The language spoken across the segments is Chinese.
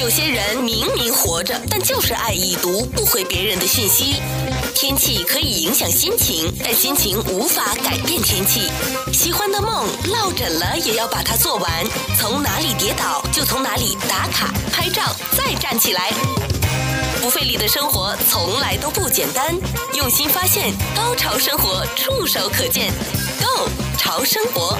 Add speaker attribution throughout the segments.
Speaker 1: 有些人明明活着，但就是爱已读不回别人的讯息。天气可以影响心情，但心情无法改变天气。喜欢的梦落枕了也要把它做完，从哪里跌倒就从哪里打卡拍照，再站起来。不费力的生活从来都不简单，用心发现，高潮生活触手可见 Go 潮生活。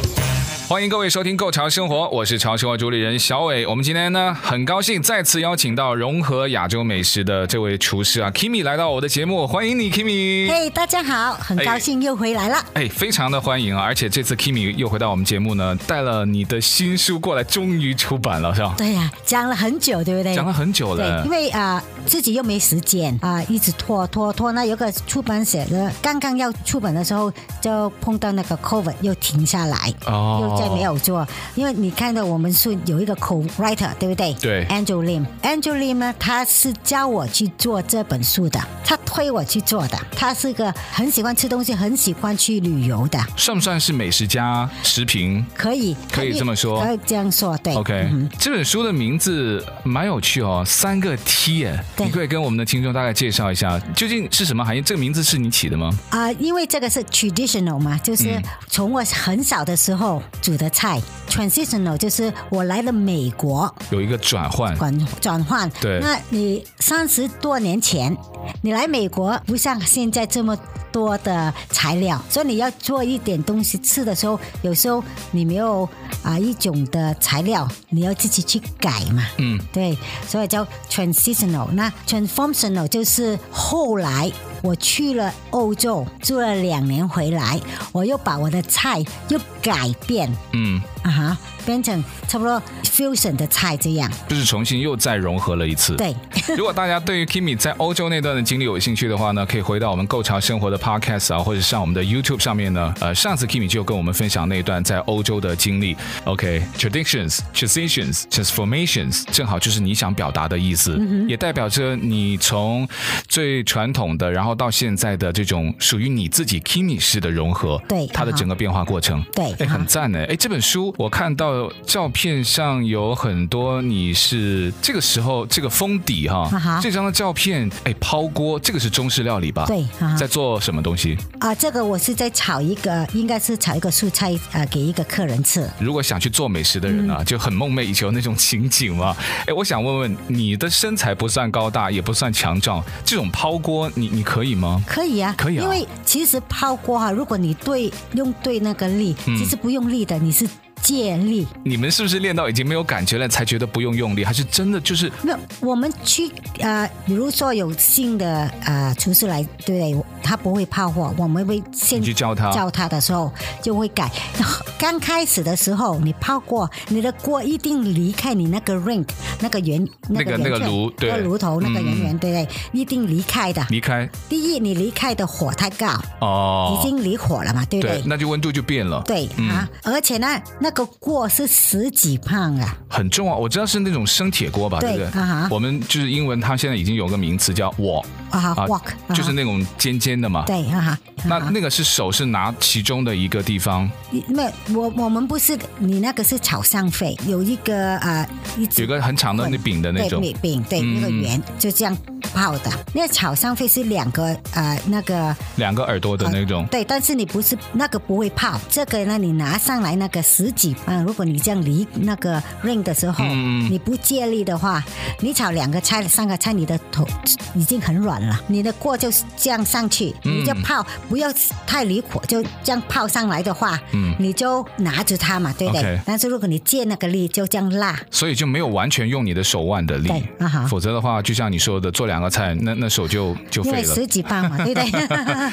Speaker 2: 欢迎各位收听《购潮生活》，我是潮生活主理人小伟。我们今天呢，很高兴再次邀请到融合亚洲美食的这位厨师啊，Kimi 来到我的节目，欢迎你，Kimi。
Speaker 3: 嘿、大家好，很
Speaker 2: 哎
Speaker 3: 高兴又回来了。
Speaker 2: 哎，非常的欢迎啊！而且这次 Kimi 又回到我们节目呢，带了你的新书过来，终于出版了，是吧？
Speaker 3: 对呀、讲了很久，对不对？
Speaker 2: 讲了很久
Speaker 3: 对，
Speaker 2: 了
Speaker 3: 因。为啊、自己又没时间啊、一直拖拖拖。那有个出版社的刚刚要出版的时候，就碰到那个 COVID，又停下来。
Speaker 2: 哦
Speaker 3: 又再没有做，因为你看到我们是有一个 co-writer，对不对？
Speaker 2: 对
Speaker 3: a n g e l i n a n g e l i n 呢，他是教我去做这本书的，他推我去做的。他是个很喜欢吃东西，很喜欢去旅游的，
Speaker 2: 算不算是美食家食评
Speaker 3: 可以，
Speaker 2: 可以这么说
Speaker 3: 可以这样说，对。嗯
Speaker 2: ？OK，、这本书的名字蛮有趣哦，三个 T 哎，
Speaker 3: 对
Speaker 2: 你可以跟我们的听众大概介绍一下，究竟是什么含义？这个名字是你起的吗？
Speaker 3: 啊、因为这个是 traditional 嘛，就是从我很小的时候煮的菜、t r a n s i t i o n a l 就是我来了美国
Speaker 2: 有一个转换，
Speaker 3: 转转换。
Speaker 2: 对
Speaker 3: 那你三十多年前你来美国，不像现在这么多的材料，所以你要做一点东西吃的时候，有时候你没有啊、一种的材料，你要自己去改嘛。
Speaker 2: 嗯，
Speaker 3: 对，所以叫 transitional。那 transformational 就是后来我去了欧洲住了两年回来，我又把我的菜又改变
Speaker 2: 嗯，
Speaker 3: 啊哈，变成差不多 fusion 的菜这样。
Speaker 2: 就是重新又再融合了一次。
Speaker 3: 对，
Speaker 2: 如果大家对于 Kimi 在欧洲那段的经历有兴趣的话呢，可以回到我们《购潮生活》的 Podcast 啊，或者上我们的 YouTube 上面呢。呃，上次 Kimi 就跟我们分享那一段在欧洲的经历。OK，traditions、transitions、transformations，正好就是你想表达的意
Speaker 3: 嗯
Speaker 2: 思，也代表着你从最传统的，然后到现在的这种属于你自己 Kimi 式的融合，
Speaker 3: 对
Speaker 2: 它的
Speaker 3: 好
Speaker 2: 整个变化过程。
Speaker 3: 对
Speaker 2: 哎，很
Speaker 3: 啊
Speaker 2: 赞呢！哎，这本书我看到照片上有很多你是这个时候这个封底哈、
Speaker 3: 啊哈
Speaker 2: 这张的照片，哎，抛锅，这个是中式料理吧？
Speaker 3: 对啊
Speaker 2: 在做什么东西？
Speaker 3: 啊，这个我是在炒一个，应该是炒一个素菜啊，给一个客人吃。
Speaker 2: 如果想去做美食的人啊，
Speaker 3: 嗯
Speaker 2: 就很梦寐以求那种情景嘛。哎，我想问问，你的身材不算高大，也不算强壮，这种抛锅你你可以吗？
Speaker 3: 可以啊，
Speaker 2: 可以啊
Speaker 3: 因为其实泡锅哈、如果你对用对那个力，
Speaker 2: 嗯
Speaker 3: 其实不用力的，你是借力。
Speaker 2: 你们是不是练到已经没有感觉了，才觉得不用用力，还是真的就是
Speaker 3: 没有，我们去呃，比如说有新的呃厨师来，对不对？他不会泡货，我们会先
Speaker 2: 你去叫他
Speaker 3: 叫他的时候就会改。 刚开始的时候，你泡过，你的锅一定离开你那个 ring 那个圆
Speaker 2: 那个
Speaker 3: 圆
Speaker 2: 那个
Speaker 3: 圈
Speaker 2: 炉对嗯
Speaker 3: 那个炉头那个圆圆，对不对？一定离开的。
Speaker 2: 离开？
Speaker 3: 第一，你离开的火太高，
Speaker 2: 哦，
Speaker 3: 已经离火了嘛，对不
Speaker 2: 对
Speaker 3: 对，？
Speaker 2: 那就嗯温度就变了。
Speaker 3: 对啊，而且呢，那个锅是十几磅啊，
Speaker 2: 很重要，我知道是那种生铁锅吧，对
Speaker 3: 对
Speaker 2: 不对？
Speaker 3: 啊哈
Speaker 2: 我们就是英文，它现在已经有个名词叫 wok
Speaker 3: 啊，wok，啊
Speaker 2: 就是那种尖尖的嘛。
Speaker 3: 对啊哈。
Speaker 2: 那
Speaker 3: 啊哈
Speaker 2: 那个是手是拿其中的一个地方，
Speaker 3: 那我我们不是你那个是炒上肺，有一个呃一
Speaker 2: 有
Speaker 3: 直
Speaker 2: 一个很长的那饼的那种，
Speaker 3: 对饼对
Speaker 2: 嗯
Speaker 3: 那个圆就这样泡的。那炒上肺是两个呃那个
Speaker 2: 两个耳朵的那种。
Speaker 3: 对，但是你不是那个不会泡，这个呢你拿上来那个十几啊、如果你这样离那个 ring 的时候，
Speaker 2: 嗯
Speaker 3: 你不借力的话，你炒两个菜三个菜，你的头已经很软了，你的锅就是这样上去，
Speaker 2: 嗯
Speaker 3: 你就泡，不要太离火，就这样泡上来的话，
Speaker 2: 嗯
Speaker 3: 你就拿着它嘛，对不对
Speaker 2: OK
Speaker 3: 但是如果你借那个力，就这样拉。
Speaker 2: 所以就没有完全用你的手腕的力
Speaker 3: 对啊，哈
Speaker 2: 否则的话，就像你说的，做两个菜，那那手就就
Speaker 3: 因
Speaker 2: 废
Speaker 3: 为
Speaker 2: 了。
Speaker 3: 十几磅嘛，对不 对？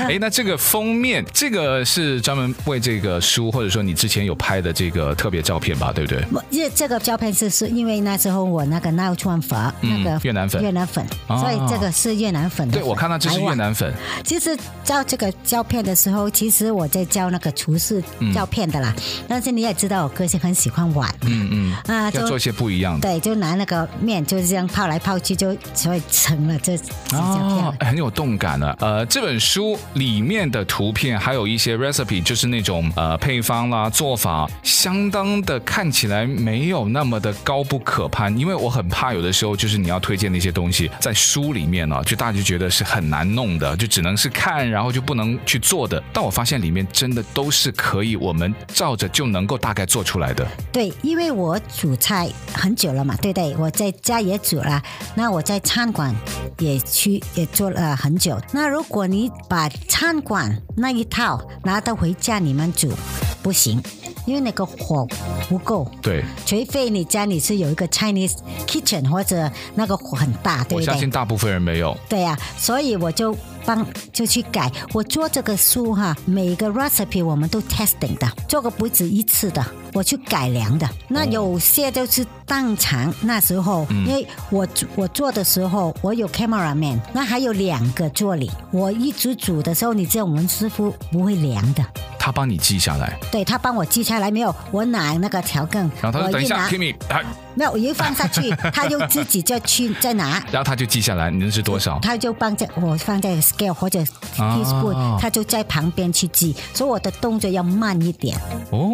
Speaker 2: 哎，那这个封面，这个是专门为这个书，或者说你之前有拍的这个特别照片吧，对不对？
Speaker 3: 我这这个照片是是因为那时候我那个闹川粉，
Speaker 2: 嗯
Speaker 3: 那个
Speaker 2: 越南粉
Speaker 3: 越南粉，
Speaker 2: 哦
Speaker 3: 所以这个是越南粉的
Speaker 2: 对，
Speaker 3: 粉。
Speaker 2: 我看到这是
Speaker 3: 白
Speaker 2: 越
Speaker 3: 碗。
Speaker 2: 南粉，
Speaker 3: 其实照这个照片的时候，其实我在教那个厨师
Speaker 2: 嗯
Speaker 3: 照片的啦，但是你也知道我个性很喜欢玩
Speaker 2: 嗯嗯，
Speaker 3: 啊，
Speaker 2: 要
Speaker 3: 就
Speaker 2: 做一些不一样的。
Speaker 3: 对，就拿那个面就是这样泡来泡去就，所以成了这几张票。
Speaker 2: 哎很有动感的。呃，这本书里面的图片还有一些 recipe，就是那种呃配方啦、做法，相当的看起来没有那么的高不可攀。因为我很怕有的时候就是你要推荐的一些东西，在书里面呢、就大家就觉得是很难弄的，就只能是看，然后就不能去做的。但我发现里面真的都是可以，我们照着就能够大概做出来的。
Speaker 3: 对，因为我煮菜很久了嘛，对不对？我在家也煮了，那我在餐馆也去也做了很久。那如果你把餐馆那一套拿到回家你们煮，不行，因为那个火不够。
Speaker 2: 对，
Speaker 3: 除非你家里是有一个 Chinese kitchen 或者那个火很大，对
Speaker 2: 我
Speaker 3: 不
Speaker 2: 相信
Speaker 3: 对？
Speaker 2: 大部分人没有。
Speaker 3: 对呀、所以我就帮就去改。我做这个书哈，每个 recipe 我们都 testing 的，做个不止一次的，我去改良的。那有些就是当场那时候，
Speaker 2: 嗯
Speaker 3: 因为我我做的时候，我有 cameraman，那还有两个助理。我一直煮的时候，你知道我们师傅不会量的。
Speaker 2: 他帮你记下来，
Speaker 3: 对他帮我记下来没有？我拿那个调羹，
Speaker 2: 然后他
Speaker 3: 我
Speaker 2: 说：“等一下
Speaker 3: 拿
Speaker 2: ，Kimi，哎
Speaker 3: 没有，我一放下去，他又自己再去 再拿，
Speaker 2: 然后他就记下来，你那是多少？
Speaker 3: 他就放在我放在 scale 或者 teaspoon，、
Speaker 2: 哦
Speaker 3: 他就在旁边去记，所以我的动作要慢一点。
Speaker 2: 哦，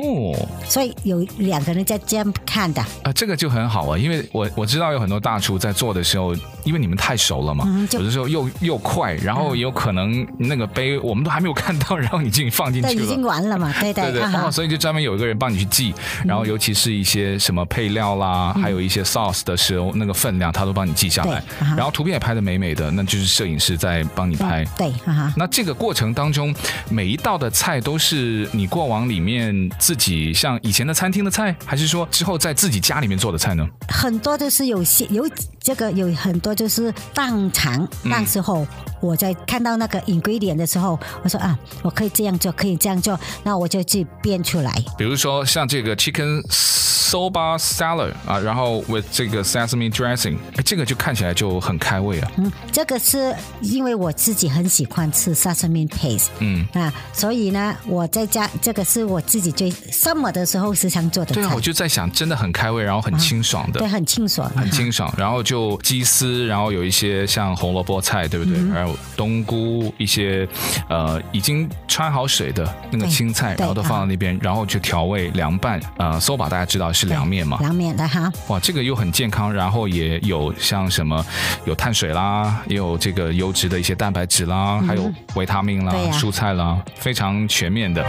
Speaker 3: 所以有两个人在这样看的，
Speaker 2: 啊，这个就很好啊，因为我我知道有很多大厨在做的时候，因为你们太熟了嘛，
Speaker 3: 嗯就嗯
Speaker 2: 有的时候又又快，然后有可能那个杯我们都还没有看到，然后你已经放进
Speaker 3: 但
Speaker 2: 去
Speaker 3: 已
Speaker 2: 了
Speaker 3: 经。完 了嘛，对
Speaker 2: 对对，
Speaker 3: 啊
Speaker 2: 哦，
Speaker 3: 哈。嗯
Speaker 2: 所以就专门有一个人帮你去记，然后尤其是一些什么配料啦，还有一些 sauce 的时候，那个分量他都帮你记下来
Speaker 3: 对啊，哈
Speaker 2: 然后图片也拍的美美的，那就是摄影师在帮你拍
Speaker 3: 嗯。对，哈哈，
Speaker 2: 那这个过程当中，每一道的菜都是你过往里面自己像以前的餐厅的菜，还是说之后在自己家里面做的菜呢？
Speaker 3: 很多就是有些有这个有很多就是当场
Speaker 2: 嗯
Speaker 3: 那时候我在看到那个 ingredient 的时候，我说啊，我可以这样做，可以这样做，那我就去编出来。
Speaker 2: 比如说像这个 chicken soba salad 啊，然后 with 这个 sesame dressing，哎这个就看起来就很开胃啊。
Speaker 3: 嗯，这个是因为我自己很喜欢吃 sesame paste，
Speaker 2: 嗯，
Speaker 3: 啊，所以呢，我在家这个是我自己最 summer 的时候时常做的菜，
Speaker 2: 对啊，我就在想，真的很开胃，然后很清爽的
Speaker 3: 对。很清爽，
Speaker 2: 很清 爽，然后就鸡丝，然后有一些像红萝卜菜，对不
Speaker 3: 嗯
Speaker 2: 对？还有冬菇，一些呃已经穿好水的那个
Speaker 3: 对
Speaker 2: 青菜，
Speaker 3: 对
Speaker 2: 然后都放到
Speaker 3: 啊
Speaker 2: 那边，然后去调味凉拌。呃，搜把大家知道是
Speaker 3: 对
Speaker 2: 凉面嘛，
Speaker 3: 啊凉面的哈，
Speaker 2: 哇，这个又很健康，然后也有像什么有碳水啦，也有这个优质的一些蛋白质啦，还有维他命啦、
Speaker 3: 嗯对呀
Speaker 2: 蔬菜啦，非常全面的。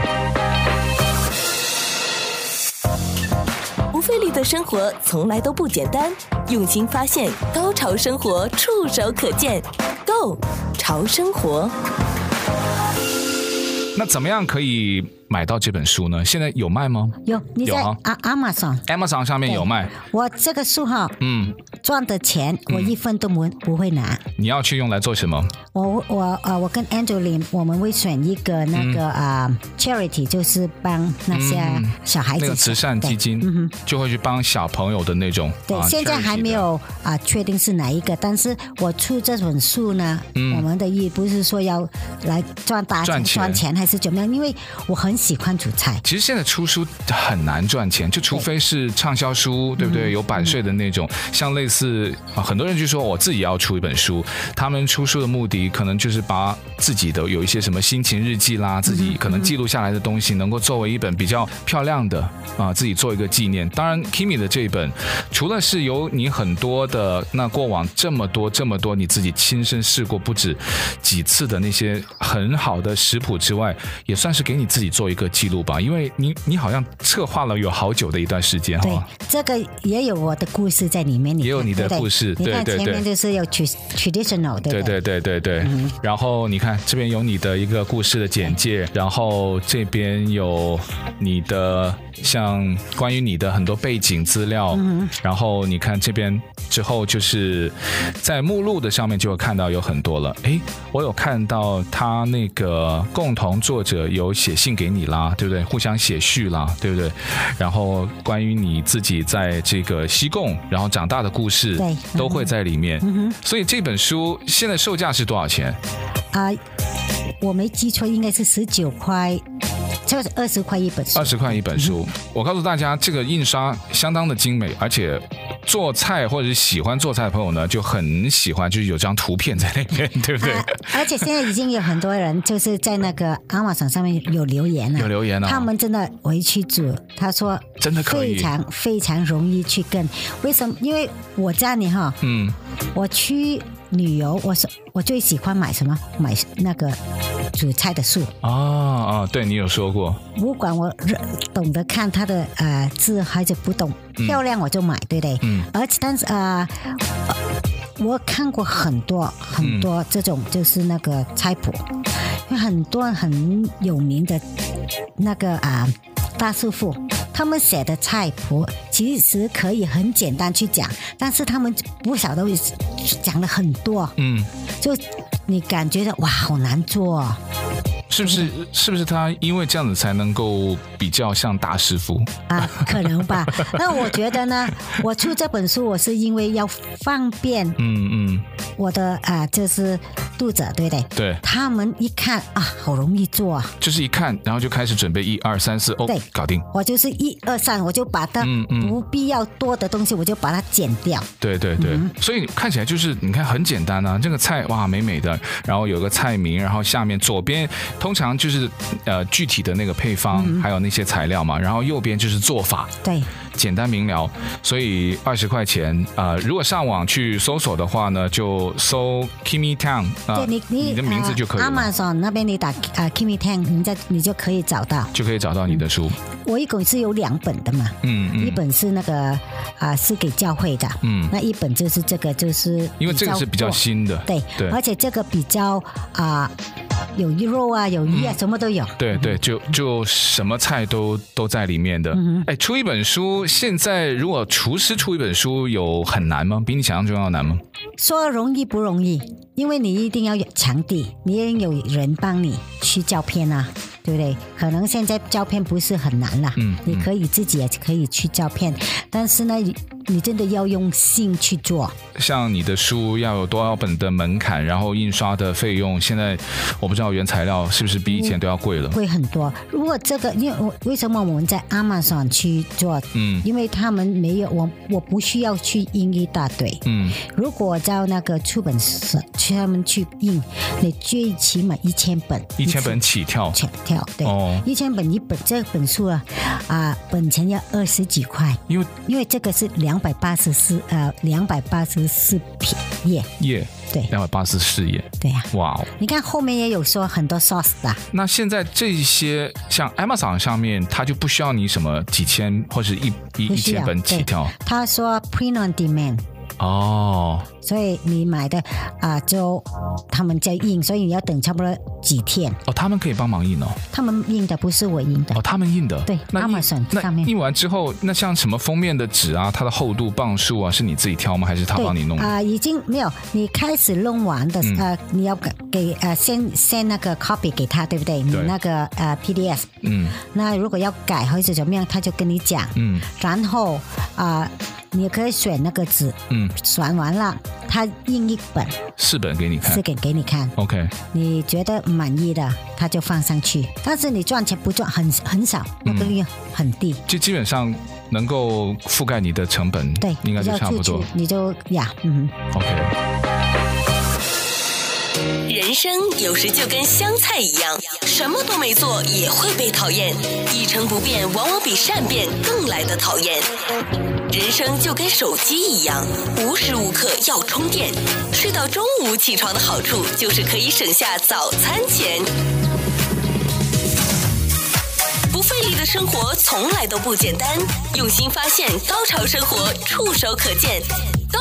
Speaker 1: 不费力的生活从来都不简单，用心发现，高潮生活触手可见 g o 潮生活。
Speaker 2: 那怎么样可以买到这本书呢？现在有卖吗
Speaker 3: 有你在
Speaker 2: 有啊
Speaker 3: 啊 Amazon。
Speaker 2: ？Amazon 上面有卖。
Speaker 3: 我这个书哈
Speaker 2: 嗯，
Speaker 3: 赚的钱，我一分都不不会拿。
Speaker 2: 你要去用来做什么？
Speaker 3: 我我呃，我跟 Andrew Lim，我们会选一个
Speaker 2: 嗯
Speaker 3: 那个啊、呃 charity，就是帮那些小孩子
Speaker 2: 那个慈善基金，就会去帮小朋友的那种。
Speaker 3: 嗯对，
Speaker 2: 啊
Speaker 3: 现在
Speaker 2: charity
Speaker 3: 还没
Speaker 2: 的
Speaker 3: 有啊、确定是哪一个，但是我出这本书呢，我们的意不是说要来赚大
Speaker 2: 嗯赚钱
Speaker 3: 赚钱还是怎么样，因为我很喜欢煮菜。
Speaker 2: 其实现在出书很难赚钱，就除非是畅销书，对不
Speaker 3: 嗯
Speaker 2: 对？有版税的那种，像类似啊很多人就说我自己要出一本书，他们出书的目的可能就是把自己的有一些什么心情日记啦，自
Speaker 3: 嗯
Speaker 2: 己可能记录下来的东西，能够作为一本比较漂亮的啊，自己做一个纪念。当然，Kimi 的这一本，除了是有你很多的那过往这么多这么多你自己亲身试过不止几次的那些很好的食谱之外，也算是给你自己做一个记录吧，因为你你好像策划了有好久的一段时间，
Speaker 3: 对
Speaker 2: 哈。，
Speaker 3: 这个也有我的故事在里面，
Speaker 2: 哦也有
Speaker 3: 看
Speaker 2: 你的
Speaker 3: 对不对
Speaker 2: 故事
Speaker 3: 你看
Speaker 2: 对对
Speaker 3: 前面
Speaker 2: 对
Speaker 3: 就是有 tra- traditional，对
Speaker 2: 对
Speaker 3: 不
Speaker 2: 对
Speaker 3: 对？
Speaker 2: 对对对，然后你看这边有你的一个故事的简介，然后这边有你的像关于你的很多背景资料，然后你看这边之后就是在目录的上面就会看到有很多了。诶，我有看到他那个共同作者有写信给你啦，对不对？互相写序啦，对不对？然后关于你自己在这个西贡然后长大的故事，
Speaker 3: 对嗯
Speaker 2: 都会在里面。所以这本书现在售价是多少钱？
Speaker 3: 啊、我没记错，应该是十九块，就是嗯二十块一本书
Speaker 2: 二。十块一本书。我告诉大家，这个印刷相当的精美，而且做菜或者是喜欢做菜的朋友呢，就很喜欢，就是有张图片在那边，对不对？
Speaker 3: 啊，而且现在已经有很多人就是在那个 Amazon 上面有留言了，
Speaker 2: 有留言哦
Speaker 3: 他们真的回去煮，他说
Speaker 2: 真的可以
Speaker 3: 非常非常容易去跟。为什么？因为我家里哈，
Speaker 2: 嗯，
Speaker 3: 我去旅游，我是我最喜欢买什么？买那个煮菜的素。
Speaker 2: 啊啊，对你有说过，
Speaker 3: 不管我认懂得看它的呃字还是不懂，漂亮我就买，对不对？
Speaker 2: 嗯。
Speaker 3: 而且但是呃。呃我看过很多很多这种，就是那个菜谱，有很多很有名的那个啊、大师傅，他们写的菜谱其实可以很简单去讲，但是他们不晓得为讲了很多，
Speaker 2: 嗯，
Speaker 3: 就你感觉到哇好难做、哦。
Speaker 2: 是不是？
Speaker 3: 嗯
Speaker 2: 是不是他因为这样子才能够比较像大师傅？
Speaker 3: 啊，可能吧。 那我觉得呢，我出这本书，我是因为要方便
Speaker 2: 嗯嗯，
Speaker 3: 我的啊、就是读者，对不对？
Speaker 2: 对，
Speaker 3: 他们一看啊，好容易做啊，
Speaker 2: 就是一看，然后就开始准备一二三四，哦
Speaker 3: 对，
Speaker 2: 搞定。
Speaker 3: 我就是一二三，我就把它
Speaker 2: 嗯嗯
Speaker 3: 不必要多的东西，我就把它剪掉。
Speaker 2: 对对对，
Speaker 3: 嗯
Speaker 2: 所以看起来就是你看很简单啊，这个菜哇美美的，然后有个菜名，然后下面左边通常就是呃具体的那个配方，
Speaker 3: 嗯
Speaker 2: 还有那些材料嘛，然后右边就是做法，
Speaker 3: 对，
Speaker 2: 简单明了。所以二十块钱啊、呃如果上网去搜索的话呢，就搜 Kimi Town 啊、
Speaker 3: 对你你呃
Speaker 2: 的名字就可以了。
Speaker 3: Amazon 那边你打啊 Kimi Tang，你在你就可以找到。
Speaker 2: 就可以找到你的书，
Speaker 3: 我一共是有两本的嘛，
Speaker 2: 嗯
Speaker 3: 一
Speaker 2: 嗯，
Speaker 3: 本是那个啊、是给教会的，
Speaker 2: 嗯
Speaker 3: 那一本就是这个就是
Speaker 2: 因为这个是比较
Speaker 3: 新。
Speaker 2: 新的，
Speaker 3: 对，
Speaker 2: 对
Speaker 3: 而且这个比较啊、有肉啊，有鱼啊，
Speaker 2: 嗯
Speaker 3: 什么都有。
Speaker 2: 对对，就就什么菜都都在里面的。哎、出一本书，现在如果厨师出一本书，有很难吗？比你想象中要难吗？
Speaker 3: 说容易不容易？因为你一定要有场地，你也有人帮你去照片啊，对不对？可能现在照片不是很难啦，
Speaker 2: 嗯
Speaker 3: 你可以自己也可以去照片，但是呢，你真的要用心去做。
Speaker 2: 像你的书要有多少本的门槛，然后印刷的费用，现在我不知道原材料是不是比以前都要贵了。
Speaker 3: 会很多。如果这个，因为我为什么我们在 Amazon 去做？
Speaker 2: 嗯
Speaker 3: 因为他们没有我，我不需要去印一大堆。
Speaker 2: 嗯，
Speaker 3: 如果到那个出本社去他们去印，你最起码一千本，
Speaker 2: 一千本起跳，
Speaker 3: 全跳，对，
Speaker 2: 哦
Speaker 3: 一千本一本这本书啊，啊，本钱要二十几块，
Speaker 2: 因为
Speaker 3: 因为这个是两百八十四呃两百八十四片页，
Speaker 2: 耶，
Speaker 3: 对
Speaker 2: 两百八十四页，
Speaker 3: 对呀、
Speaker 2: 哇哦！
Speaker 3: 你看后面也有说很多 source 的，
Speaker 2: 那现在这些像 Amazon 上面，它就不需要你什么几千或是一一
Speaker 3: 不
Speaker 2: 一
Speaker 3: 需要
Speaker 2: 千本起
Speaker 3: 对
Speaker 2: 跳
Speaker 3: 他说 print on demand。
Speaker 2: 哦。
Speaker 3: 所以你买的啊、就他们在印，所以你要等差不多几天。
Speaker 2: 哦，他们可以帮忙印哦。
Speaker 3: 他们印的不是我印的
Speaker 2: 哦，，他们印的。
Speaker 3: 对
Speaker 2: 那印
Speaker 3: Amazon
Speaker 2: 那
Speaker 3: 上面
Speaker 2: 印完之后，那像什么封面的纸啊，它的厚度、磅数啊，是你自己挑吗？还是他
Speaker 3: 对
Speaker 2: 帮你弄嗯的？
Speaker 3: 啊、已经没有。你开始弄完的、呃，你要给给呃先先那个 copy 给他，对不对？你
Speaker 2: 对
Speaker 3: 那个呃 PDF，
Speaker 2: 嗯
Speaker 3: 那如果要改或者怎么样，他就跟你讲。
Speaker 2: 嗯
Speaker 3: 然后啊、你可以选那个纸，
Speaker 2: 嗯，
Speaker 3: 选完了他印一本，
Speaker 2: 四本给你看
Speaker 3: 是。给给你看。
Speaker 2: OK，
Speaker 3: 你觉得满意的，他就放上去。但是你赚钱不赚很很少，那
Speaker 2: 嗯
Speaker 3: 个率很低。
Speaker 2: 就基本上能够覆盖你的成本，
Speaker 3: 对，
Speaker 2: 应该就
Speaker 3: 要
Speaker 2: 差
Speaker 3: 出
Speaker 2: 不
Speaker 3: 去
Speaker 2: 多。
Speaker 3: 你就呀，嗯，
Speaker 2: OK，
Speaker 1: 人生有时就跟香菜一样，什么都没做也会被讨厌，一成不变往往比善变更来的讨厌。人生就跟手机一样，无时无刻要充电。睡到中午起床的好处就是可以省下早餐钱。不费力的生活从来都不简单，用心发现，高潮生活触手可见 g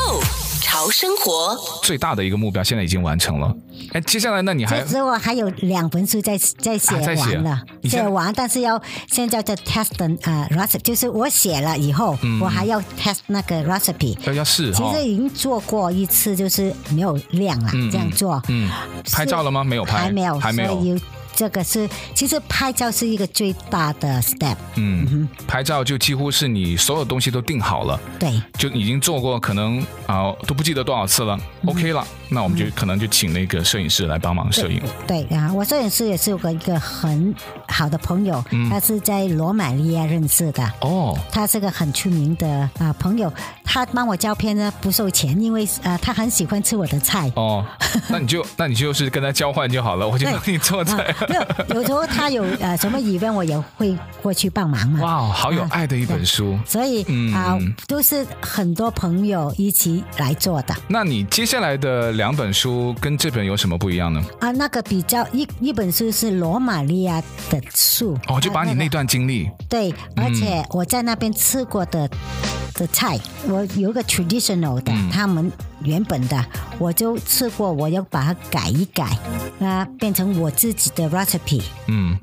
Speaker 1: 潮生活。
Speaker 2: 最大的一个目标现在已经完成了。
Speaker 3: 嗯
Speaker 2: 哎，接下来那你还
Speaker 3: 这之后还有两本书在在写
Speaker 2: 啊在写
Speaker 3: 完了，
Speaker 2: 你现
Speaker 3: 写
Speaker 2: 在
Speaker 3: 完，但是要现在在 test 的呃 recipe，就是我写了以后，
Speaker 2: 嗯
Speaker 3: 我还要 test 那个 recipe。
Speaker 2: 要要试哦
Speaker 3: 其
Speaker 2: 哈？
Speaker 3: 实已经做过一次，就是没有量了，
Speaker 2: 嗯
Speaker 3: 这样做。
Speaker 2: 嗯，拍照了吗？没有拍，
Speaker 3: 还没有，
Speaker 2: 还没
Speaker 3: 所以
Speaker 2: 有。
Speaker 3: 有这个是，其实拍照是一个最大的 step，
Speaker 2: 嗯，拍照就几乎是你所有东西都定好了。
Speaker 3: 对。
Speaker 2: 就已经做过，可能啊、都不记得多少次了。OK
Speaker 3: 嗯
Speaker 2: 了，那我们就可能就请那个摄影师来帮忙摄影。
Speaker 3: 对啊，我摄影师也是我一个很好的朋友，
Speaker 2: 嗯
Speaker 3: 他是在罗马尼亚认识的，
Speaker 2: 哦，
Speaker 3: 他是个很出名的啊、朋友，他帮我交片呢不收钱，因为呃他很喜欢吃我的菜。
Speaker 2: 哦，那你就 那你就是跟他交换就好了，我就
Speaker 3: 对
Speaker 2: 帮你做菜。
Speaker 3: 啊没有，有时候他有呃什么疑问，我也会过去帮忙嘛。
Speaker 2: 哇，好有爱的一本书。
Speaker 3: 所以
Speaker 2: 嗯
Speaker 3: 啊、都是很多朋友一起来做的
Speaker 2: 那你接下来的两本书跟这本有什么不一样呢？
Speaker 3: 啊。那个比较一一本书是罗马利亚的树，
Speaker 2: 哦，就
Speaker 3: 啊
Speaker 2: 把你那
Speaker 3: 个
Speaker 2: 段经历，
Speaker 3: 对，
Speaker 2: 嗯
Speaker 3: 而且我在那边吃过的的菜，我有一个 traditional 的，
Speaker 2: 嗯
Speaker 3: 他们原本的，我就吃过，我要把它改一改，那、变成我自己的 recipe。
Speaker 2: 嗯，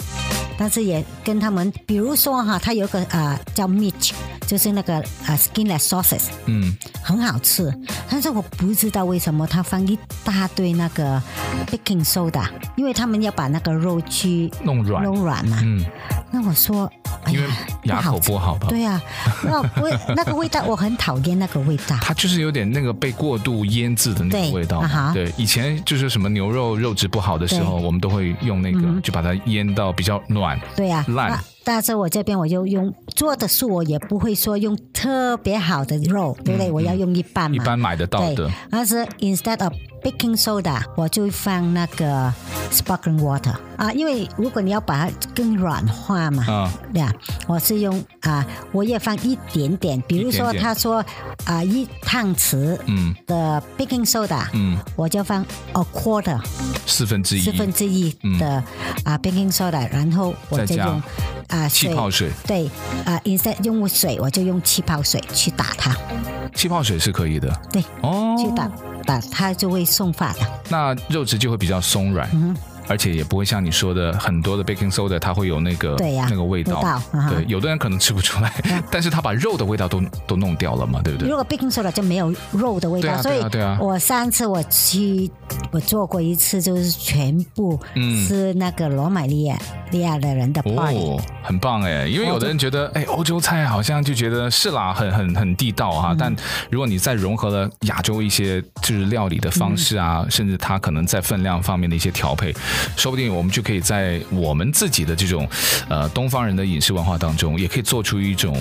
Speaker 3: 但是也跟他们，比如说哈，它有一个呃叫 meat，就是那个呃 skinless sauces，
Speaker 2: 嗯，
Speaker 3: 很好吃，但是我不知道为什么他放一大堆那个 baking soda，因为他们要把那个肉去
Speaker 2: 弄软，
Speaker 3: 弄软嘛。
Speaker 2: 嗯，
Speaker 3: 那我说，哎
Speaker 2: 因
Speaker 3: 呀
Speaker 2: 为，牙口
Speaker 3: 不
Speaker 2: 不好
Speaker 3: 好
Speaker 2: 吧
Speaker 3: 吃。？对啊，那味 那个味道我很讨厌那个味道。
Speaker 2: 它就是有点那个被过度腌制的那个
Speaker 3: 对
Speaker 2: 味道
Speaker 3: 啊
Speaker 2: 嘛。
Speaker 3: 哈
Speaker 2: 对，以前就是什么牛肉肉质不好的时候，我们都会用那个，
Speaker 3: 嗯
Speaker 2: 就把它腌到比较软。
Speaker 3: 对啊，
Speaker 2: 烂
Speaker 3: 那但是我这边我就用做的素，我也不会说用特别好的肉，对不对？我要用一半
Speaker 2: 嗯一
Speaker 3: 嘛。
Speaker 2: 般买得到的
Speaker 3: 嗯对，但是 instead of baking soda，我就放那个 sparkling water 啊，因为如果你要把它更软化嘛，
Speaker 2: 啊
Speaker 3: 对啊，我是用啊，我也放一点点，比如
Speaker 2: 一
Speaker 3: 说
Speaker 2: 点点
Speaker 3: 他说啊一汤匙
Speaker 2: 嗯
Speaker 3: 的 baking soda，
Speaker 2: 嗯，
Speaker 3: 我就放 a quarter
Speaker 2: 四分之一，
Speaker 3: 四分之一的啊 baking soda，然后我
Speaker 2: 嗯再
Speaker 3: 就
Speaker 2: 加
Speaker 3: 用啊
Speaker 2: 气
Speaker 3: 水。
Speaker 2: 泡水，
Speaker 3: 对，啊、i n s t e a d 用水，我就用气泡水去打它，
Speaker 2: 哦气泡水是可以的。
Speaker 3: 对，
Speaker 2: 哦，
Speaker 3: 去打打它就会送发的。
Speaker 2: 那肉质就会比较松软，
Speaker 3: 嗯
Speaker 2: 而且也不会像你说的很多的 baking soda，它会有那个
Speaker 3: 对呀
Speaker 2: 那个味道。
Speaker 3: 味道啊哈嗯
Speaker 2: 对，有的人可能吃不出来， 但是他把肉的味道都都弄掉了嘛，对不对
Speaker 3: 如？果 baking soda 就没有肉的味
Speaker 2: 对
Speaker 3: 道，
Speaker 2: 啊
Speaker 3: 所
Speaker 2: 对
Speaker 3: 以
Speaker 2: 啊对啊
Speaker 3: 我上次我去我做过一次，就是全部
Speaker 2: 嗯
Speaker 3: 是那个罗马利亚利亚的人的 party，、
Speaker 2: 哦，很棒哎！因为有的人觉得，哎，欧洲菜好像就觉得是啦，很很很地道
Speaker 3: 嗯
Speaker 2: 哈、但如果你再融合了亚洲一些就是料理的方式啊，
Speaker 3: 嗯
Speaker 2: 甚至它可能在分量方面的一些调配，说不定我们就可以在我们自己的这种呃东方人的饮食文化当中，也可以做出一种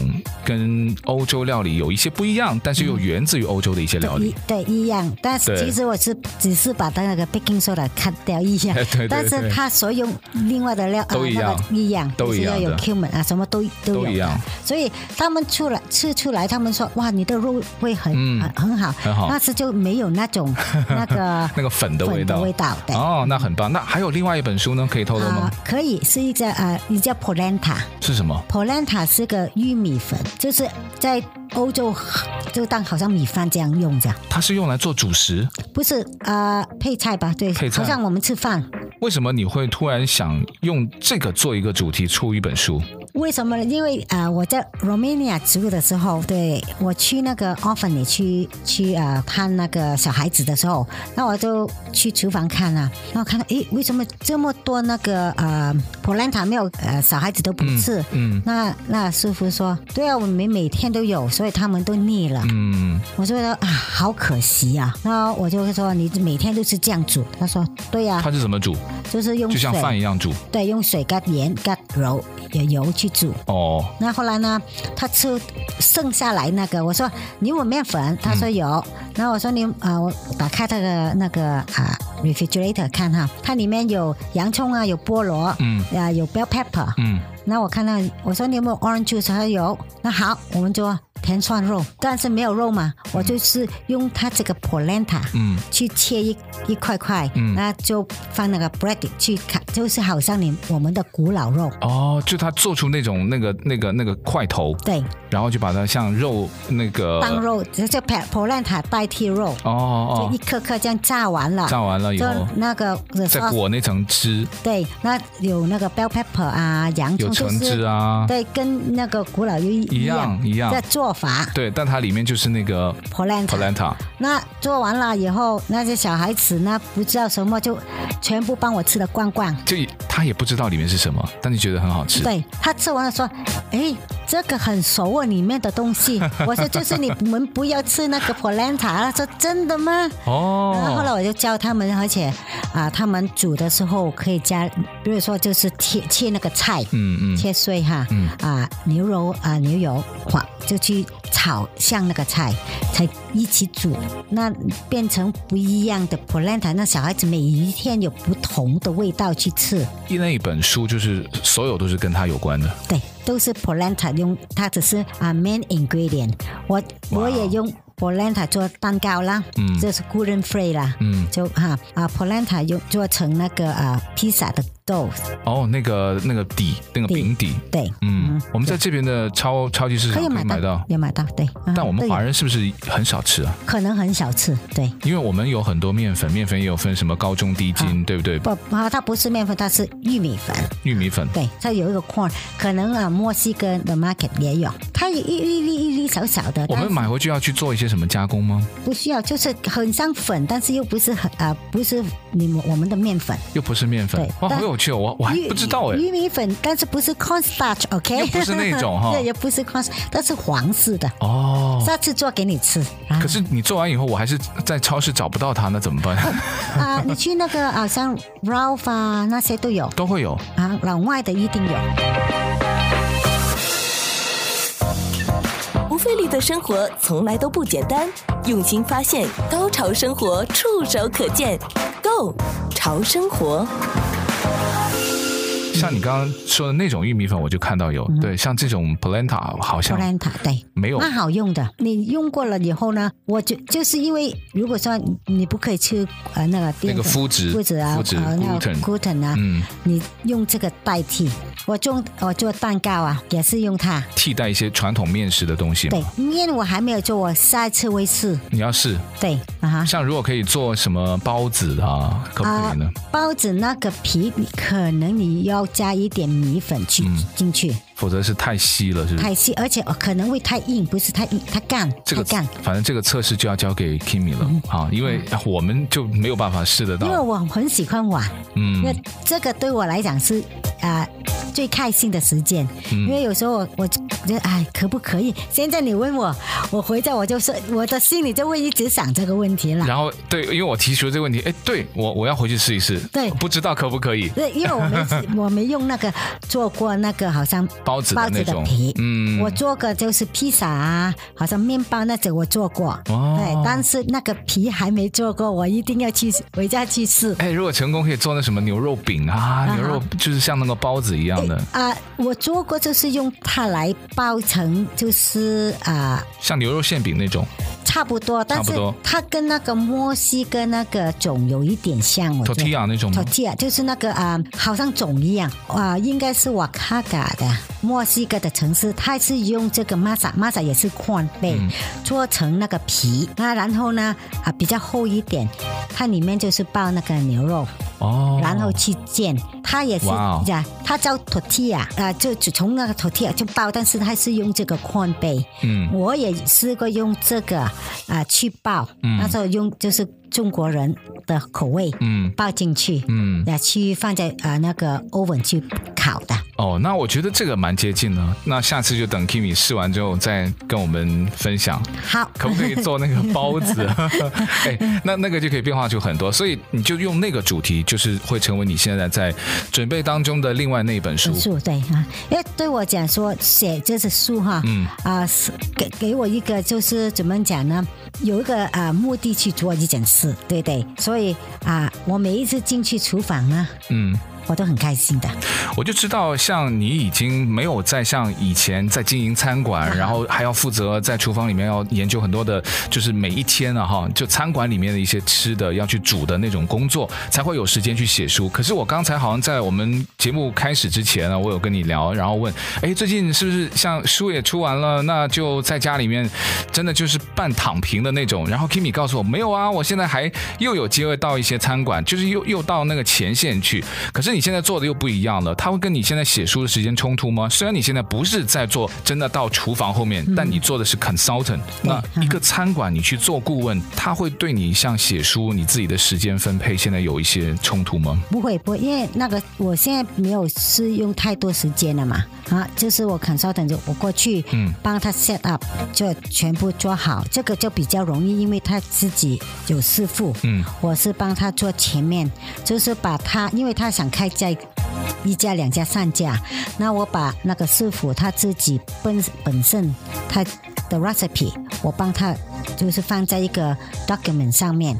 Speaker 2: 跟欧洲料理有一些不一样，但是又源自于欧洲的一些料理
Speaker 3: 一。对一样，但是
Speaker 2: 对
Speaker 3: 其实我是只是把它那个 baking soda 砍掉一 样
Speaker 2: 对对对，
Speaker 3: 嗯但是它所用另外的料
Speaker 2: 都一样
Speaker 3: 呃那个一样，
Speaker 2: 都一样的
Speaker 3: 就是要有 cumin 啊，什么都都有
Speaker 2: 都
Speaker 3: 的
Speaker 2: 一样
Speaker 3: 所以他们出来吃出来，他们说哇，你的肉会很、啊
Speaker 2: 嗯
Speaker 3: 很很好，
Speaker 2: 很好
Speaker 3: 但是就没有那 种那个
Speaker 2: 那个粉的味
Speaker 3: 粉的
Speaker 2: 道，
Speaker 3: 味道，对。
Speaker 2: 哦，那很棒。那还有另外一本书呢，可以透露吗？
Speaker 3: 啊、可以是一个啊，你叫 polenta。
Speaker 2: 是什么？
Speaker 3: polenta 是个玉米粉，就是在欧洲就当好像米饭这样用着，
Speaker 2: 它是用来做主食。
Speaker 3: 不是啊、呃配菜吧？对，
Speaker 2: 配菜
Speaker 3: 好像我们吃饭，
Speaker 2: 为什么你会突然想用这个做一个主题，出一本书？
Speaker 3: 为什么呢？因为啊、呃我在 Romania 住的时候，对我去那个 orphan 去去啊、呃看那个小孩子的时候，那我就去厨房看啊，然后看到诶，为什么这么多那个呃 polenta 没有呃小孩子都不吃？
Speaker 2: 嗯
Speaker 3: 那那师傅说，对啊，我们每天都有，所以他们都腻了。
Speaker 2: 嗯，
Speaker 3: 我就说啊，好可惜啊。那我就说你每天都是这样煮，他说对呀、
Speaker 2: 它是怎么煮？
Speaker 3: 就是用
Speaker 2: 就
Speaker 3: 水，
Speaker 2: 像饭一样煮。
Speaker 3: 对，用啊水跟盐跟油有油去煮。
Speaker 2: 哦，
Speaker 3: 那后来呢，他吃剩下来那个，我说你有没有面粉，他说有。然后我说你啊、我打开他的那个啊 refrigerator 看哈，它里面有洋葱啊，有菠萝，
Speaker 2: 嗯
Speaker 3: 啊有 bell pepper，
Speaker 2: 嗯，
Speaker 3: 那我看到我说你有没有 orange juice？他说有。那好，我们做甜蒜肉，但是没有肉嘛，我就是用它这个 polenta，
Speaker 2: 嗯，
Speaker 3: 去切一一块块，
Speaker 2: 嗯
Speaker 3: 那就放那个 bread 去看，就是好像你我们的古老肉，
Speaker 2: 哦，就它做出那种那个那个那个块头，
Speaker 3: 对，
Speaker 2: 然后就把它像肉那个
Speaker 3: 当肉，这这 polenta 代替肉，
Speaker 2: 哦呃哦
Speaker 3: 就一
Speaker 2: 哦，
Speaker 3: 颗颗这样炸完了，
Speaker 2: 炸完了以
Speaker 3: 就啊
Speaker 2: 后
Speaker 3: 那个
Speaker 2: 再裹那层汁，
Speaker 3: 对，那有那个 bell pepper 啊，洋
Speaker 2: 有
Speaker 3: 葱
Speaker 2: 橙
Speaker 3: 就是
Speaker 2: 汁啊。
Speaker 3: 对，跟那个古老又一
Speaker 2: 一样一样
Speaker 3: 的做法
Speaker 2: 对，但它里面就是那个
Speaker 3: polenta。
Speaker 2: polenta，
Speaker 3: 那做完了以后，那些小孩子呢，不知道什么就全部帮我吃的光光。
Speaker 2: 就也他也不知道里面是什么，但是觉得很好吃。
Speaker 3: 对他吃完了说：“哎，这个很熟啊，里面的东西。我说就是你们不要吃那个 polenta。他说真的吗？然后后来
Speaker 2: 哦，
Speaker 3: 我就教他们，而且啊，他们煮的时候可以加，比如说就是切切那个菜，
Speaker 2: 嗯嗯
Speaker 3: 切碎哈，
Speaker 2: 嗯
Speaker 3: 啊牛肉啊牛油，哇，就去炒像那个菜，才一起煮，那变成不一样的 polenta。那小孩子每一天有不同的味道去吃，
Speaker 2: 那一本书就是所有都是跟它有关的。
Speaker 3: 对，都是 polenta 用，它只是啊 main ingredient 我。我
Speaker 2: 哇哦
Speaker 3: 也用 polenta 做蛋糕啦，
Speaker 2: 嗯
Speaker 3: 这是 gluten free 啦，
Speaker 2: 嗯，
Speaker 3: 就哈啊 polenta 用做成那个啊披萨的豆，
Speaker 2: 哦，那个那个底，那个
Speaker 3: 底
Speaker 2: 饼底，
Speaker 3: 对，
Speaker 2: 嗯，我们在这边的超超级市
Speaker 3: 可
Speaker 2: 场
Speaker 3: 以
Speaker 2: 可
Speaker 3: 买
Speaker 2: 以
Speaker 3: 到，
Speaker 2: 买到，
Speaker 3: 有买到，对。嗯
Speaker 2: 但我们
Speaker 3: 对
Speaker 2: 华人是不是很少吃啊？
Speaker 3: 可能很少吃，对。
Speaker 2: 因为我们有很多面粉，面粉也有分什么高中低筋，对不对？
Speaker 3: 不，啊，它不是面粉，它是玉米粉，
Speaker 2: 玉米粉，
Speaker 3: 对，它有一个 corn，可能啊，墨西哥的 market 也有，它有一粒一粒一粒小小的，
Speaker 2: 我
Speaker 3: 但
Speaker 2: 们
Speaker 3: 是
Speaker 2: 买回去要去做一些什么加工吗？
Speaker 3: 不需要，就是很像粉，但是又不是很啊、不是你们我们的面粉，
Speaker 2: 又不是面粉
Speaker 3: 对，
Speaker 2: 哇，
Speaker 3: 但
Speaker 2: 好有趣哦！我我还
Speaker 3: 玉
Speaker 2: 不知道哎，
Speaker 3: 玉米粉，但是不是 cornstarch，OK，、
Speaker 2: 又不是那种哈
Speaker 3: 对，也不是 corn，但是黄色的，
Speaker 2: 哦。
Speaker 3: 下次做给你吃。啊
Speaker 2: 可是你做完以后，我还是在超市找不到它，那怎么办？
Speaker 3: 啊，你去那个好像 Ralph 啊那些都有
Speaker 2: 都会有。
Speaker 3: 啊，老外的一定有。
Speaker 1: 不费力的生活从来都不简单，用心发现，高潮生活触手可见 g o 潮生活。
Speaker 2: 像你刚刚说的那种玉米粉，我就看到有。
Speaker 3: 嗯
Speaker 2: 对，像这种 polenta 好像
Speaker 3: polenta 对，
Speaker 2: 没有
Speaker 3: 蛮好用的。你用过了以后呢，我就就是因为如果说你你不可以吃呃那个淀
Speaker 2: 那个
Speaker 3: 粉
Speaker 2: 麸质
Speaker 3: 麸质啊，
Speaker 2: 麸质
Speaker 3: 呃那个
Speaker 2: gluten
Speaker 3: gluten 啊，
Speaker 2: 嗯
Speaker 3: 你用这个代替。我做我做蛋糕啊，也是用它。
Speaker 2: 替代一些传统面食的东西嘛。
Speaker 3: 对，面我还没有做，我下一次会试。
Speaker 2: 你要试，
Speaker 3: 对啊哈。
Speaker 2: 像如果可以做什么包子啊，可不可以呢？
Speaker 3: 包子那个皮，你可能你要加一点米粉去、
Speaker 2: 嗯
Speaker 3: 进去，
Speaker 2: 否则是太稀了，是不是？
Speaker 3: 太细，而且可能会太硬，不是太硬，太干，
Speaker 2: 嗯这个
Speaker 3: 太干。嗯
Speaker 2: 反正这个测试就要交给 Kimi 了啊，因为我们就没有办法试得
Speaker 3: 因为
Speaker 2: 到。
Speaker 3: 我很喜欢玩，
Speaker 2: 嗯
Speaker 3: 那、这个对我来讲是啊、呃最开心的时间，
Speaker 2: 嗯
Speaker 3: 因为有时候我我就觉得哎可不可以？现在你问我，我回家我就说我的心里就会一直想这个问题了。
Speaker 2: 然后对，因为我提出这个问题，哎，对我我要回去试一试，
Speaker 3: 对
Speaker 2: 不知道可不可以
Speaker 3: 对，因为我没我没用那个做过那个好像
Speaker 2: 包子的
Speaker 3: 包
Speaker 2: 那
Speaker 3: 子
Speaker 2: 种
Speaker 3: 的皮，
Speaker 2: 嗯
Speaker 3: 我做过就是披萨啊，好像面包那种我做过，
Speaker 2: 哦
Speaker 3: 对，但是那个皮还没做过，我一定要去回家去试。
Speaker 2: 哎，如果成功可以做那什么牛肉饼啊，
Speaker 3: 哈
Speaker 2: 牛肉就是像那个包子一样的，
Speaker 3: 啊、我做过，就是用它来包成，就是啊、
Speaker 2: 像牛肉馅饼那种，
Speaker 3: 差不多，但
Speaker 2: 差
Speaker 3: 是
Speaker 2: 不多
Speaker 3: 它跟那个墨西哥那个种有一点像，我觉得。
Speaker 2: tortilla 那种吗？
Speaker 3: 哦 tortilla 就是那个啊、好像种一样啊、应该是瓦卡嘎的墨西哥的城市，它是用这个 masa masa 也是 corn 贝、
Speaker 2: 嗯
Speaker 3: 做成那个皮，那然后呢啊比较厚一点，它里面就是包那个牛肉，
Speaker 2: 哦，
Speaker 3: 然后去煎，它也是
Speaker 2: 哇哦
Speaker 3: 呀，它叫 tortilla 啊、就就从那个 tortilla 就包，但是它是用这个 corn 贝，
Speaker 2: 嗯，
Speaker 3: 我也试过用这个啊、去爆，
Speaker 2: 嗯
Speaker 3: 那时候用就是中国人的口味，
Speaker 2: 嗯
Speaker 3: 爆进去，
Speaker 2: 嗯，
Speaker 3: 那去放在啊、那个 oven 去烤的。
Speaker 2: 哦，那我觉得这个蛮接近的，那下次就等 Kimi 试完之后再跟我们分享。
Speaker 3: 好，
Speaker 2: 可不可以做那个包 子？ 哎，那那个就可以变化出很多，所以你就用那个主题，就是会成为你现在在准备当中的另外那一本书。
Speaker 3: 树对啊，因为对我讲说写这是书哈，
Speaker 2: 嗯
Speaker 3: 啊、是给给我一个就是怎么讲呢，有一个啊、目的去做一件事，对不对，所以啊、我每一次进去厨房呢，
Speaker 2: 嗯，
Speaker 3: 我都很开心的。
Speaker 2: 我就知道，像你已经没有再像以前在经营餐馆，然后还要负责在厨房里面要研究很多的，就是每一天啊哈，就餐馆里面的一些吃的要去煮的那种工作，才会有时间去写书。可是我刚才好像在我们节目开始之前呢，啊我有跟你聊，然后问，哎，最近是不是像书也出完了，那就在家里面真的就是半躺平的那种？然后 Kimi 告诉我，没有啊，我现在还又有机会到一些餐馆，就是又又到那个前线去。可是是你现在做的又不一样了，它会跟你现在写书的时间冲突吗？虽然你现在不是在做真的到厨房后
Speaker 3: 嗯
Speaker 2: 面，但你做的是 consultant，那一个餐馆你去做顾问，它会对你像写书你自己的时间分配现在有一些冲突吗？
Speaker 3: 不会不会，因为那个我现在没有是用太多时间了嘛，啊，就是我 consultant 就我过去，
Speaker 2: 嗯
Speaker 3: 帮他 set up 就全部做好，这个就比较容易，因为他自己有师傅，
Speaker 2: 嗯，
Speaker 3: 我是帮他做前面，就是把他，因为他想开在。一家、两家、三家，那我把那个师傅他自己本本身他的 recipe，我帮他就是放在一个 document 上面，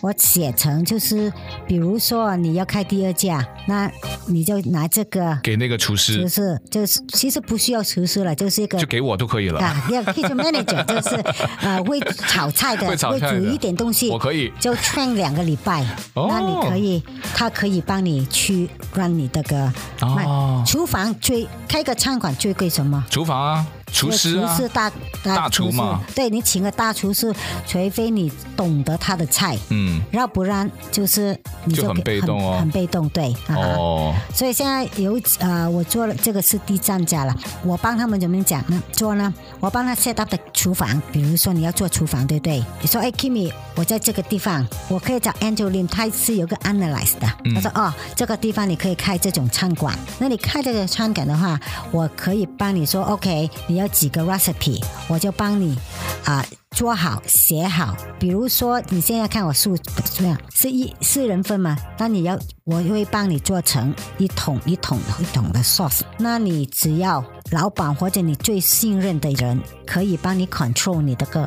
Speaker 3: 我写成就是，比如说你要开第二家，那你就拿这个，
Speaker 2: 给那个厨
Speaker 3: 就
Speaker 2: 师
Speaker 3: 是就是其实不需要厨师了，就是一个
Speaker 2: 就给我都可以了，
Speaker 3: 啊，要 kitchen manager 就是呃会炒菜的，
Speaker 2: 会炒菜的
Speaker 3: 煮一点东西，
Speaker 2: 我可以
Speaker 3: 就 train 两个礼拜，
Speaker 2: 哦
Speaker 3: 那你可以，他可以帮你去让你这个卖
Speaker 2: 哦
Speaker 3: 厨房最开个餐馆最贵什么？
Speaker 2: 厨房啊，厨师啊
Speaker 3: 厨，师大
Speaker 2: 大厨
Speaker 3: 师
Speaker 2: 嘛
Speaker 3: 对你请个大厨师，除非你懂得他的菜，
Speaker 2: 嗯，
Speaker 3: 要不然就是你
Speaker 2: 就
Speaker 3: 就
Speaker 2: 很
Speaker 3: 给
Speaker 2: 被动哦
Speaker 3: 很很被动，对。啊
Speaker 2: 哦，
Speaker 3: 所以现在有呃，我做了这个是第三家了，我帮他们怎么讲呢？做呢，我帮他 set up 的厨房，比如说你要做厨房，对不对？你说哎，Kimi，我在这个地方，我可以找 Angeline，他是有个 analyze 的，他说哦，这个地方你可以开这种餐馆，那你开这个餐馆的话，我可以帮你说 OK，你要几个 recipe，我就帮你啊。做好写好，比如说你现在看我数怎么样，是一是人份嘛？那你要我会帮你做成一桶一桶一桶的 sauce。那你只要老板或者你最信任的人可以帮你 control 你的个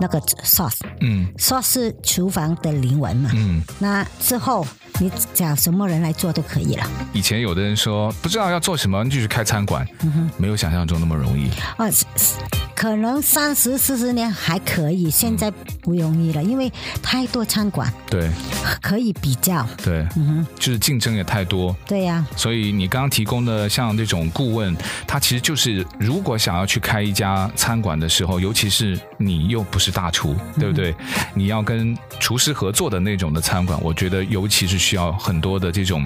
Speaker 3: 那个 sauce。
Speaker 2: 嗯
Speaker 3: sauce 是厨房的灵魂嘛？
Speaker 2: 嗯。
Speaker 3: 那之后你找什么人来做都可以了。
Speaker 2: 以前有的人说不知道要做什么，你就去开餐馆，没有想象中那么容易。
Speaker 3: 啊，是是可能三十四十年还可以，现在不容易了，因为太多餐馆
Speaker 2: 对
Speaker 3: 可以比较。
Speaker 2: 对，就是竞争也太多。
Speaker 3: 对呀、
Speaker 2: 所以你刚刚提供的像这种顾问，他其实就是如果想要去开一家餐馆的时候，尤其是你又不是大厨，对不对？你要跟厨师合作的那种的餐馆，我觉得尤其是需要很多的这种，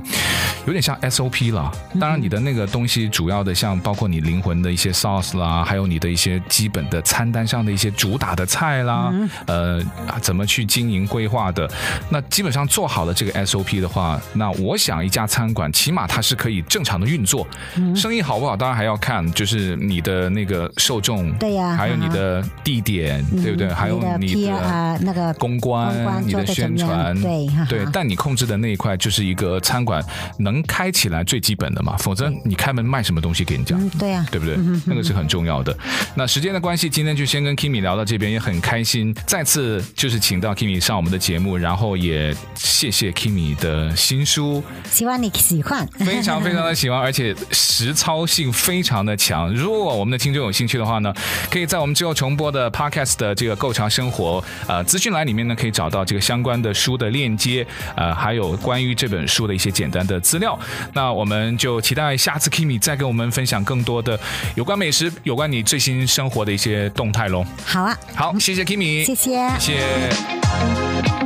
Speaker 2: 有点像 SOP 了。当然，你的那个东西主要的像包括你灵魂的一些 sauce 啦，还有你的一些基本的餐单上的一些主打的菜啦，呃，啊怎么去经营规划的，那基本上做好了这个 SOP 的话，那我想一家餐馆起码它是可以正常的运作，
Speaker 3: 嗯
Speaker 2: 生意好不好当然还要看就是你的那个受众，
Speaker 3: 对呀
Speaker 2: 还有你的地点，对不对？
Speaker 3: 嗯
Speaker 2: 还有
Speaker 3: 你
Speaker 2: 你
Speaker 3: PR 啊那个
Speaker 2: 公关、
Speaker 3: 公关
Speaker 2: 你
Speaker 3: 做
Speaker 2: 的
Speaker 3: 得怎
Speaker 2: 宣
Speaker 3: 么样
Speaker 2: 传，
Speaker 3: 对哈哈
Speaker 2: 对。但你控制的那一块就是一个餐馆能开起来最基本的嘛，否则你开门卖什么东西给人家？
Speaker 3: 嗯，对呀、
Speaker 2: 对不对？那个是很重要的。那时间的关系，今天就先跟 Kimi 聊到这边，也很开心，再次就是请到 Kimi 上我们的节目，然后也谢谢 Kimi 的新书，
Speaker 3: 希望你喜欢。
Speaker 2: 非常非常的喜欢，而且实操性非常的强。如果我们的听众有兴趣的话呢，可以在我们之后重播的 Podcast 的这个“够长生活”呃资讯栏里面呢，可以找到这个相关的书的链接，呃，还有关于这本书的一些简单的资料。那我们就期待下次 Kimi 再跟我们分享更多的有关美食、有关你最新生活的一些动态喽。
Speaker 3: 好啊，
Speaker 2: 好，谢谢 Kimi，
Speaker 3: 谢谢。
Speaker 2: 谢谢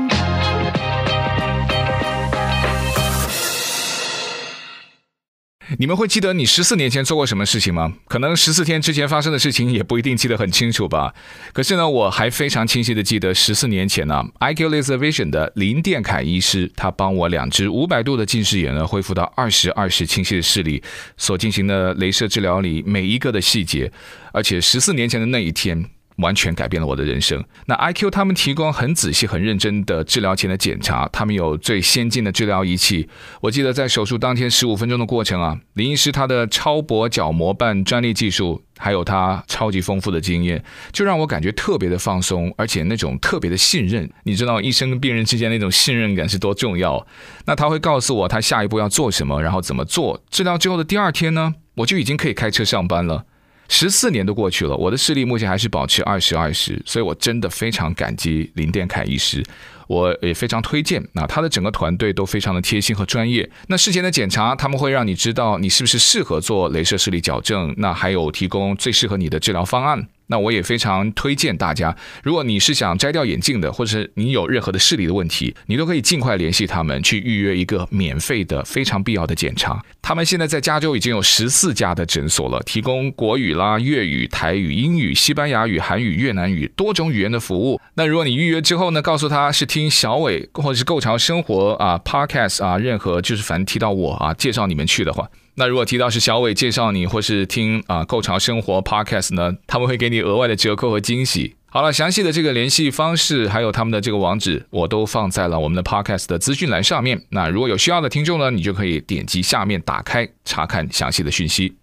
Speaker 2: 你们会记得你十四年前做过什么事情吗？可能十四天之前发生的事情也不一定记得很清楚吧。可是呢，我还非常清晰的记得十四年前呢、i q Laser Vision 的林殿凯医师，他帮我两只五百度的近视眼呢恢复到二十二十清晰的视力，所进行的镭射治疗里每一个的细节，而且十四年前的那一天。完全改变了我的人生。那 IQ 他们提供很仔细、很认真的治疗前的检查，他们有最先进的治疗仪器。我记得在手术当天十五分钟的过程啊，林医师他的超薄角膜瓣专利技术，还有他超级丰富的经验，就让我感觉特别的放松，而且那种特别的信任。你知道医生跟病人之间那种信任感是多重要？那他会告诉我他下一步要做什么，然后怎么做。治疗之后的第二天呢，我就已经可以开车上班了。十四年都过去了，我的视力目前还是保持二十二十，所以我真的非常感激林殿凯医师，我也非常推荐。那他的整个团队都非常的贴心和专业。那事前的检查，他们会让你知道你是不是适合做镭射视力矫正，那还有提供最适合你的治疗方案。那我也非常推荐大家，如果你是想摘掉眼镜的，或者是你有任何的视力的问题，你都可以尽快联系他们去预约一个免费的、非常必要的检查。他们现在在加州已经有十四家的诊所了，提供国语啦、粤语、台语、英语、西班牙语、韩语、越南语多种语言的服务。那如果你预约之后呢，告诉他是听小伟或者是购潮生活啊、Podcast 啊，任何就是反正提到我啊，介绍你们去的话，那如果提到是小伟介绍你，或是听啊购潮生活 Podcast 呢，他们会给你额外的折扣和惊喜。好了，详细的这个联系方式，还有他们的这个网址，我都放在了我们的 Podcast 的资讯栏上面。那如果有需要的听众呢，你就可以点击下面打开查看详细的讯息。